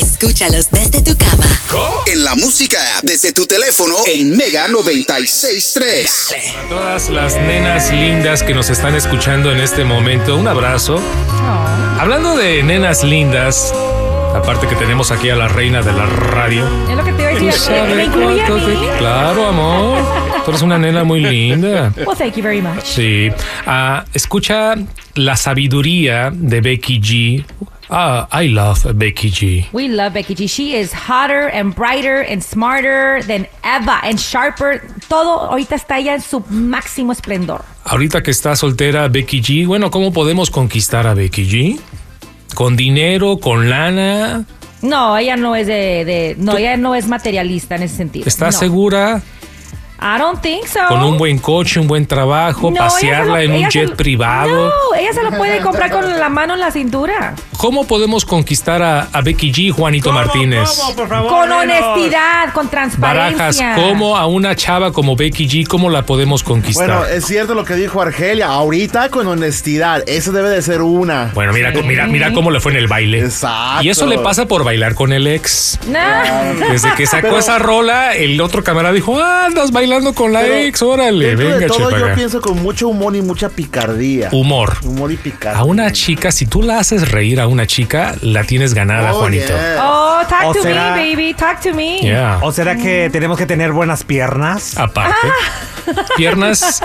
Escúchalos desde tu cama. En la música app, desde tu teléfono en Mega 963. A todas las nenas lindas que nos están escuchando en este momento, un abrazo. Oh. Hablando de nenas lindas, aparte que tenemos aquí a la reina de la radio. Es lo que te iba a decir. ¿Me incluye a mí? Claro, amor. Tú eres una nena muy linda. Well, pues, thank you very much. Sí. Ah, escucha la sabiduría de Becky G. Ah, I love Becky G. We love Becky G. She is hotter and brighter and smarter than ever and sharper. Todo ahorita está ya en su máximo esplendor. Ahorita que está soltera Becky G, bueno, ¿cómo podemos conquistar a Becky G? ¿Con dinero? ¿Con lana? No, ella no es de, de- no, ella no es materialista en ese sentido. ¿Estás No. segura? I don't think so. Con un buen coche, un buen trabajo, No, ella se lo- pasearla en un ella se jet lo- privado. No, ella se lo puede comprar con la mano en la cintura. ¿Cómo podemos conquistar a, a Becky G, Juanito Martínez? con honestidad, con Barajas, transparencia. ¿cómo a una chava como Becky G, cómo la podemos conquistar? Bueno, Bueno, es cierto lo que dijo Argelia. Ahorita con honestidad. Esa debe de ser una. mira, mira, mira cómo le fue en el baile. Exacto. Y eso le pasa por bailar con el ex. No. Desde que sacó Pero- esa rola, el otro camarada dijo, ah, andas bailando con la Pero ex, órale, dentro venga, de todo, chepaga". yo pienso con mucho humor y mucha picardía. Humor. Humor y picardía. A una chica, si tú la haces reír a una chica, la tienes ganada, Oh, Juanito. yeah. Oh, talk O to será- me, baby. Talk to me. Yeah. ¿O será que Mm. tenemos que tener buenas piernas? Aparte. Piernas.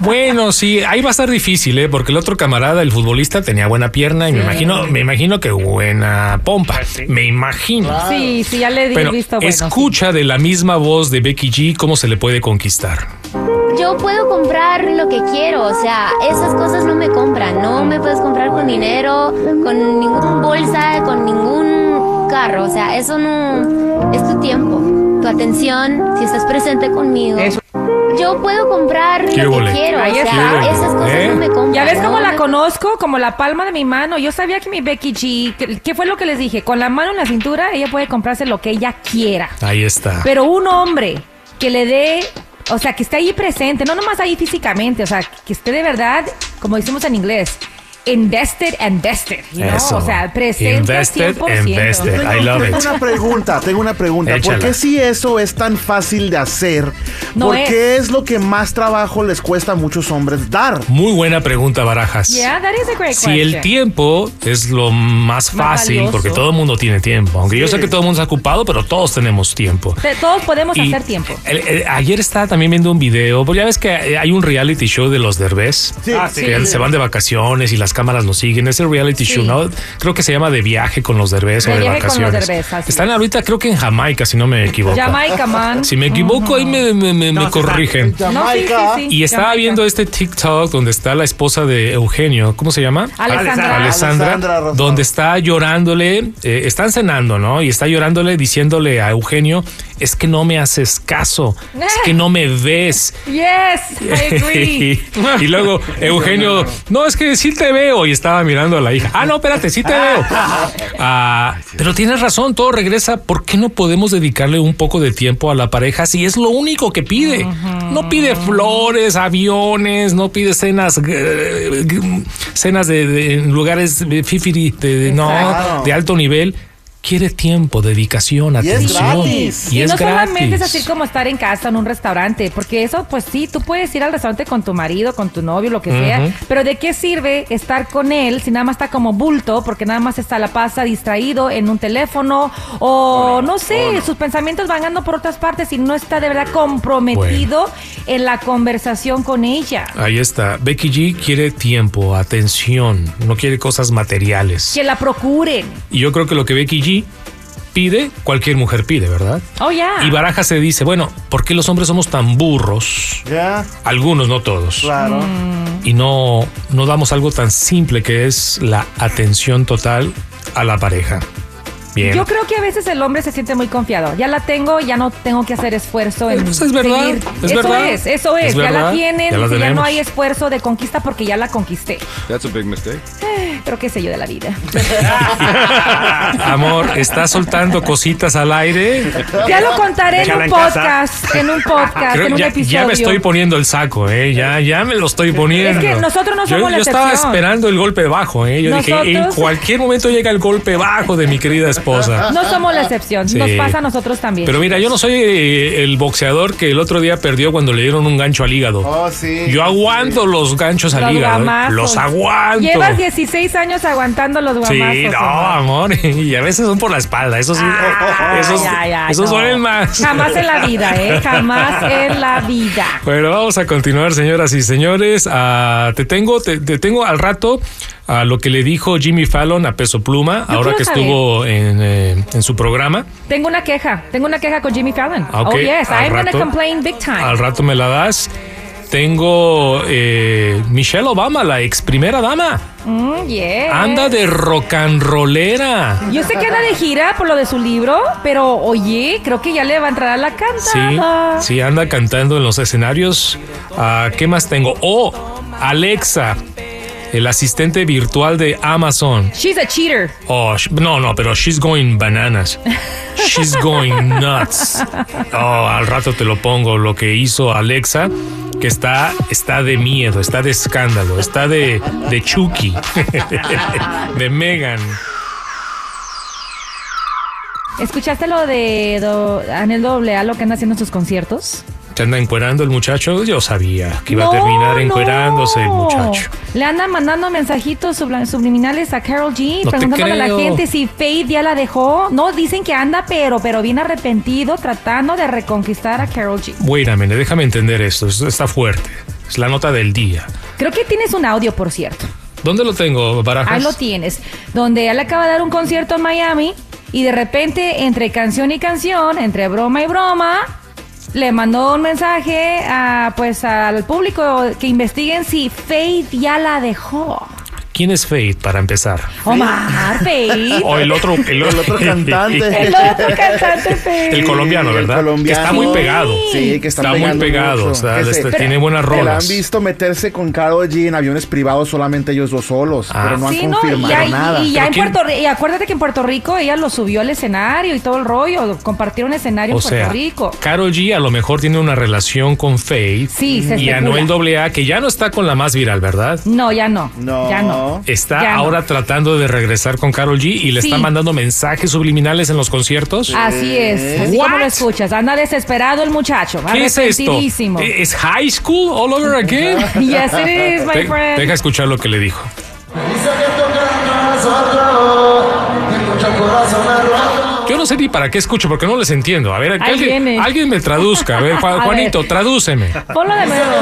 Bueno, sí, ahí va a estar difícil, ¿eh? Porque el otro camarada, el futbolista, tenía buena pierna y me imagino, me imagino que buena pompa. Me imagino. Pues Sí, sí, ya le di Pero visto bueno. escucha de la misma voz de Becky G cómo se le puede conquistar. Yo puedo comprar lo que quiero, o sea, esas cosas no me compran, no me puedes comprar con dinero, con ningún bolsa, con ningún carro, o sea, eso no es tu tiempo, tu atención, si estás presente conmigo. Eso. Yo puedo comprar ¿Qué lo hubo le? que quiero, Ahí o sea, está. esas cosas ¿Eh? no me compran. Ya ves cómo no la me- conozco, como la palma de mi mano. Yo sabía que mi Becky G, que- ¿qué fue lo que les dije? Con la mano en la cintura, ella puede comprarse lo que ella quiera. Ahí está. Pero un hombre que le dé, o sea, que esté ahí presente, no nomás ahí físicamente, o sea, que esté de verdad, como decimos en inglés, invested and vested, you know? Eso. O sea, presente Invested 100%. and vested. Tengo, I love tengo it. una pregunta, tengo una pregunta. Échala. ¿Por qué si eso es tan fácil de hacer? No ¿Por es. qué es lo que más trabajo les cuesta a muchos hombres dar? Muy buena pregunta, Barajas. Yeah, that is a great Si el question. tiempo es lo más Más fácil, valioso. porque todo el mundo tiene tiempo, aunque yo sé que todo el mundo está ocupado, pero todos tenemos tiempo. Te- Todos podemos Y hacer tiempo. el- el- ayer estaba también viendo un video, porque ya ves que eh, hay hay un reality show de los derbés. Sí. Ah, sí. Que se van de vacaciones y las cámaras nos siguen. Ese reality Sí. show, ¿no? Creo que se llama De viaje con los derbés o De de viaje con los vacaciones. Derbez, así Están es. ahorita, creo que en Jamaica, si no me equivoco. Jamaica, man. Si me equivoco, ahí me, me- me- me No, sí está. corrigen. No, sí, sí, Jamaica. sí. Y estaba Jamaica. viendo este TikTok donde está la esposa de Eugenio. ¿Cómo se llama? Alessandra, Alessandra. Alessandra Rosado. donde está llorándole, eh, están cenando, ¿no? Y está llorándole, diciéndole a Eugenio, es que no me haces caso, es que no me ves. Yes, I agree. y luego Eugenio, no, es que sí te veo. Y estaba mirando a la hija. Ah, no, espérate, sí te veo. Ah, pero tienes razón, todo regresa. ¿Por qué no podemos dedicarle un poco de tiempo a la pareja si es lo único que pide? No pide flores, aviones, no pide cenas, eh, cenas de, de- en lugares de fifiri, de, de- no, Exacto. de alto nivel. Quiere tiempo, dedicación, Y es atención. gratis. Y, es no gratis. solamente es así como estar en casa en un restaurante, porque eso, pues sí, tú puedes ir al restaurante con tu marido, con tu novio, lo que sea, pero ¿de qué sirve estar con él si nada más está como bulto, porque nada más está la pasa distraído en un teléfono, o no sé, sus pensamientos van andando por otras partes y no está de verdad comprometido en la conversación con ella? Ahí está. Becky G quiere tiempo, atención, no quiere cosas materiales. Que la procuren. Y yo creo que lo que Becky G pide, cualquier mujer pide, ¿verdad? Oh, ya. Y Baraja se dice, bueno, ¿por qué los hombres somos tan burros? Ya, Algunos, no todos. claro. Mm. Y no, no damos algo tan simple que es la atención total a la pareja. Bien. Yo creo que a veces el hombre se siente muy confiado. Ya la tengo, ya no tengo que hacer esfuerzo en Pues es verdad, seguir. es eso verdad. es, eso es. Es ya verdad, la tienen, ya la dice, ya no tenemos. hay esfuerzo de conquista porque ya la conquisté. Eh, That's a big mistake. Pero qué sé yo de la vida. Amor, ¿estás soltando cositas al aire? Ya lo contaré en Déjala un en casa. podcast, en un podcast, Creo- en un ya, episodio. ya me estoy poniendo el saco, ¿eh? Ya, ya me lo estoy poniendo. Es que nosotros no Yo- somos Yo, la estaba excepción. esperando el golpe bajo, ¿eh? Yo dije, en Nosotros- cualquier momento llega el golpe bajo de mi querida esposa. No somos la excepción, Sí. nos pasa a nosotros también. Pero mira, yo no soy eh, el boxeador que el otro día perdió cuando le dieron un gancho al hígado. Oh, sí. Yo aguanto los ganchos al Los hígado. ¿eh? guamazos. Los aguanto. Llevas 16 años aguantando los guamazos. Sí, no, Omar. amor. Y a veces son por la espalda. Eso sí. Ah, esos ya, ya, esos no. duelen más. Jamás en la vida, ¿eh? Jamás en la vida. Bueno, vamos a continuar, señoras y señores. Ah, te tengo, te, te tengo al rato a lo que le dijo Jimmy Fallon a Peso Pluma, Yo ahora quiero que saber. estuvo en, eh, en su programa. Tengo una queja. Tengo una queja con Jimmy Fallon. Ah, ok. Oh, yes. Al I'm going rato- to complain big time. Al rato me la das. Tengo eh, Michelle Obama, la ex primera dama. Mm, yes. Anda de rock and rollera. Yo sé que anda de gira por lo de su libro, pero oye, creo que ya le va a entrar a la Sí, cantada. sí, anda cantando en los escenarios. Ah, ¿Qué más tengo? Oh, Alexa, el asistente virtual de Amazon. She's a cheater. Oh, sh- no, no, pero she's going bananas. She's going nuts. Oh, al rato te lo pongo, lo que hizo Alexa, que está, está de miedo, está de escándalo, está de, de Chucky, de Megan. ¿Escuchaste lo de do, Anel Doble lo que anda haciendo en sus conciertos? ¿Se anda encuerando el muchacho? Yo sabía que iba a No, terminar no. encuerándose el muchacho. Le andan mandando mensajitos subla- subliminales a Carol G, No te preguntándole a la creo. gente si Faith ya la dejó. No, dicen que anda, pero, pero bien arrepentido tratando de reconquistar a Carol G. Wait a minute, déjame entender esto, esto está fuerte. Es la nota del día. Creo que tienes un audio, por cierto. ¿Dónde lo tengo, Barajas? Ahí lo tienes. Donde él acaba de dar un concierto en Miami y de repente, entre canción y canción, entre broma y broma, le mandó un mensaje a, pues al público que investiguen si Faith ya la dejó. ¿Quién es Faith, para empezar? Omar, Faith. O el otro... El otro cantante. El otro cantante Faith. El colombiano, Sí, el ¿verdad? colombiano. Que está muy pegado. Sí, que está, Está muy pegando pegado, mucho. o sea, Que este, se- tiene buenas que La rolas. han visto meterse con Karol G en aviones privados solamente ellos dos solos, Ah. pero no han Sí, no, y confirmado ya, y- nada. y ya Pero en ¿quién- Puerto Rico, y acuérdate que en Puerto Rico ella lo subió al escenario y todo el rollo, compartieron escenario O en Puerto sea, Rico. Carol G a lo mejor tiene una relación con Faith Sí, se y especula. Anuel AA, que ya no está con la más viral, ¿verdad? No, ya no. No. Ya no. Está Ya no. ahora tratando de regresar con Carol G y le Sí. está mandando mensajes subliminales en los conciertos. Así es, así como lo escuchas. Anda desesperado el muchacho, ¿Qué es esto? Ah, arrepentidísimo. ¿E- ¿Es high school all over again? Yes, it is, my Te- friend. deja escuchar lo que le dijo. Yo no sé ni para qué escucho porque no les entiendo. A ver, que Ahí alguien, viene. alguien me traduzca. A ver, Ju- A ver. Juanito, tradúceme. Ponlo de nuevo.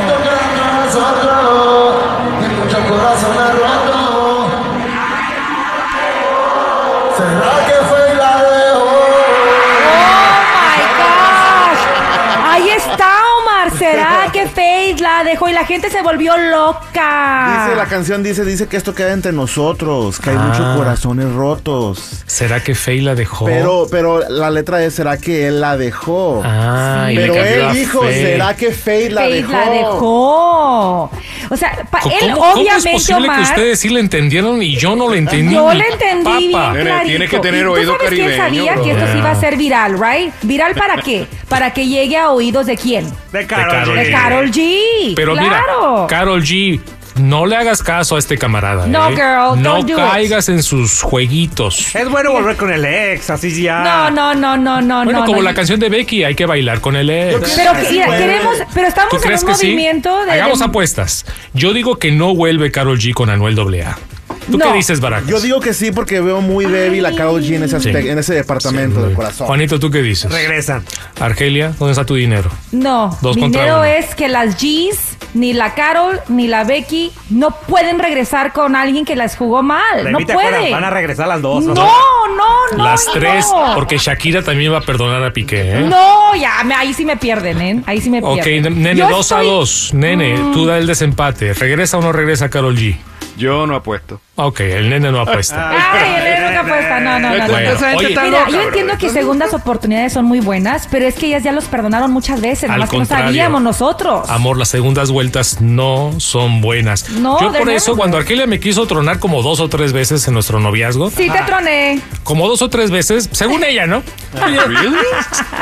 Oh my gosh. Ahí está Omar, ¿será que Faith la dejó y la gente se volvió loca? Dice, la canción dice, dice que esto queda entre nosotros, que hay Ah. muchos corazones rotos. ¿Será que Faye la dejó? Pero, pero la letra es, ¿será que él la dejó? Ah, y le Pero cambió a él dijo, Faye. ¿será que Faith la Faith dejó? la dejó. O sea, pa- ¿Cómo, él cómo es obviamente posible que Omar. ustedes sí le entendieron y yo no le entendí? Yo ni le entendí papa? bien Nene, clarito. tiene que tener ¿Y tú oído sabes quién caribeño, sabía bro. que esto sí iba a ser viral, right? ¿Viral para qué? Para que llegue a oídos de quién? De Karol Karol De Sí. G. Carol G. Pero claro. mira, Carol G, no le hagas caso a este camarada. No, ¿eh? girl, no don't do it. caigas en sus jueguitos. Es bueno volver con el ex, así ya. no, no, no, no, no, bueno, Ah, no. como no. la canción de Becky, hay que bailar con el ex. Pero que- mira, queremos, pero ¿Tú estamos en crees un que sí? movimiento de. Hagamos de- apuestas. Yo digo que no vuelve Carol G con Anuel AA. ¿Tú No. qué dices, Barajas? Yo digo que sí porque veo muy débil a Karol G en ese, aspecto- Sí. en ese departamento del corazón. Juanito, ¿tú qué dices? Regresan. Argelia, ¿dónde está tu dinero? No, Dos mi contra dinero uno. es que las G's, ni la Carol, ni la Becky, no pueden regresar con alguien que las jugó mal. La no invita a Cora, pueden. Van a regresar las no, dos. ¿o no, no. Las no. tres, porque Shakira también va a perdonar a Piqué. ¿eh? No, ya, me- ahí sí me pierden, ¿eh? Ahí sí me Ok, pierden. nene, Yo dos a estoy- Mm. dos. Nene, tú da el desempate. ¿Regresa o no regresa Carol G? Yo no apuesto. Ok, el nene no apuesta. Ay, el nene no apuesta, no, no, no. no. Bueno, Esa gente oye, está Mira, loca. yo entiendo que segundas oportunidades son muy buenas, pero es que ellas ya los perdonaron muchas veces, Al nomás que no contrario. sabíamos nosotros. Amor, las segundas vueltas no son buenas. No, Yo por de eso, nuevo. cuando Argelia me quiso tronar como dos o tres veces en nuestro noviazgo, Sí, te troné. como dos o tres veces, según ella, ¿no?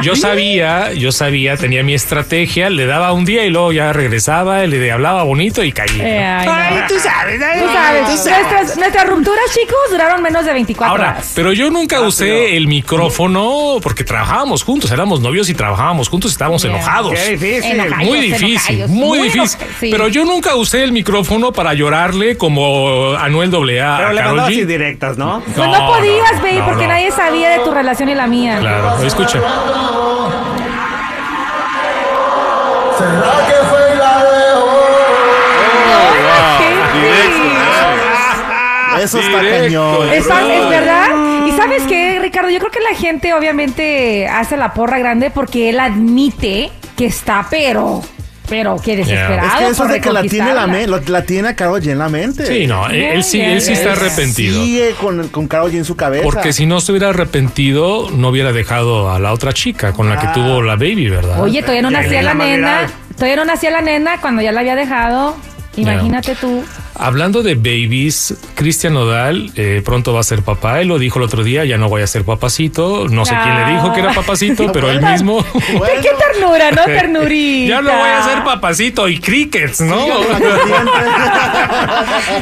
Yo sabía, yo sabía, tenía mi estrategia, le daba un día y luego ya regresaba, le hablaba bonito y caía. ¿no? Eh, ay, no. Ay, tú sabes, ay, Tú sabes, Nuestras, nuestras rupturas, chicos, duraron menos de 24 Ahora, horas. pero yo nunca usé el micrófono porque trabajábamos juntos, éramos novios y trabajábamos juntos y estábamos Bien. enojados. Qué difícil. Enoja- Muy Callos, difícil, enojallos, muy muy difícil. enoja- sí. Pero yo nunca usé el micrófono para llorarle como Anuel AA. a Pero le Ah, Karol mandabas G. indirectas, ¿no? Pues no, no, podías, no, baby, no, porque no. nadie sabía de tu relación y la mía. Claro, escucha. Eso está Directo. cañón. Es, es verdad. Y sabes qué, Ricardo, yo creo que la gente obviamente hace la porra grande porque él admite que está, pero, pero que desesperado. Es que eso por es de que la tiene, reconquistarla. la, men- lo- la tiene a Karol G en la mente. Sí, no, él, él sí, él sí está Él arrepentido. Sigue con, con Karol G en su cabeza. Porque si no se hubiera arrepentido, no hubiera dejado a la otra chica con la Ah. que tuvo la baby, ¿verdad? Oye, todavía no Ya nacía viene la la nena. maldad. Todavía no nacía la nena cuando ya la había dejado. Imagínate tú. Hablando de babies, Cristian Nodal eh, pronto va a ser papá. Él lo dijo el otro día, ya no voy a ser papacito. No sé quién le dijo que era papacito, pero él mismo. ¿Qué, qué ternura, ¿no? Ternurita. ya no voy a ser papacito y crickets, ¿no?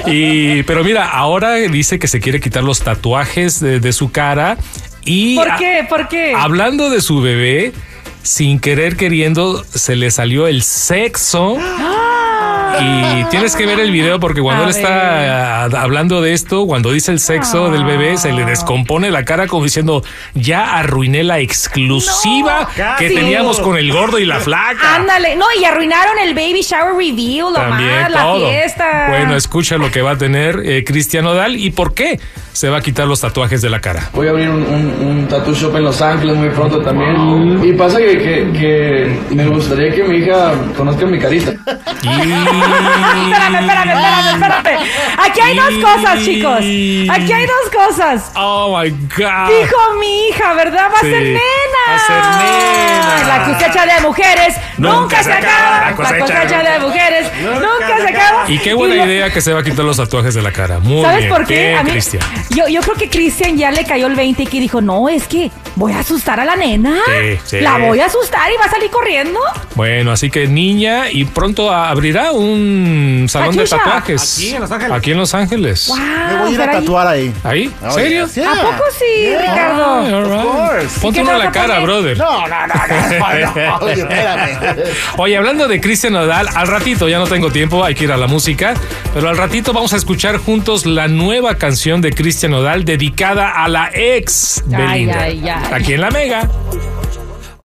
y pero mira, ahora dice que se quiere quitar los tatuajes de, de su cara y ¿Por a- qué? ¿Por qué? hablando de su bebé, sin querer queriendo se le salió el sexo. Y tienes que ver el video porque cuando A él está ah, hablando de esto, cuando dice el sexo del bebé, se le descompone la cara como diciendo, ya arruiné la exclusiva No. que Casi. teníamos con el gordo y la flaca. Ándale. No, y arruinaron el baby shower review, lo más, la fiesta. Bueno, escucha lo que va a tener eh, Cristian Odal y por qué se va a quitar los tatuajes de la cara. Voy a abrir un, un, un tattoo shop en Los Ángeles muy pronto también. Y pasa que, que, que me gustaría que mi hija conozca mi carita. Y- Espérame, espérame, espérame, espérate. Aquí hay dos cosas, chicos. Aquí hay dos cosas. Oh my God. Dijo mi hija, ¿verdad? Va a Sí, ser nena. va a ser nena. La cosecha de mujeres nunca, se acaba. La cosecha, de mujeres nunca, se acaba. Y qué buena lo- idea que se va a quitar los tatuajes de la cara. Muy ¿Sabes bien. por qué? Bien, A mí- Cristian. yo, yo creo que Cristian ya le cayó el 20 y que dijo, no, es que voy a asustar a la nena. Sí, sí. La voy a asustar y va a salir corriendo. Bueno, así que niña y pronto a- abrirá un salón de Pachucha. tatuajes. Aquí en Los Ángeles. Aquí en Los Ángeles. Ah, Me voy a ir a caray. tatuar ahí. ¿Ahí? ¿Serio? Sí. ¿A poco sí, Ricardo? Ay, all right. course. Ponte ¿Y qué uno en la te vas a cara, poner? brother. No, no, no, no. no, Oye, espérame. Oye, hablando de Cristian Nodal, al ratito, ya no tengo tiempo, hay que ir a la música, pero al ratito vamos a escuchar juntos la nueva canción de Cristian Nodal dedicada a la ex Ay, Belinda. ay, ay. Aquí en La Mega.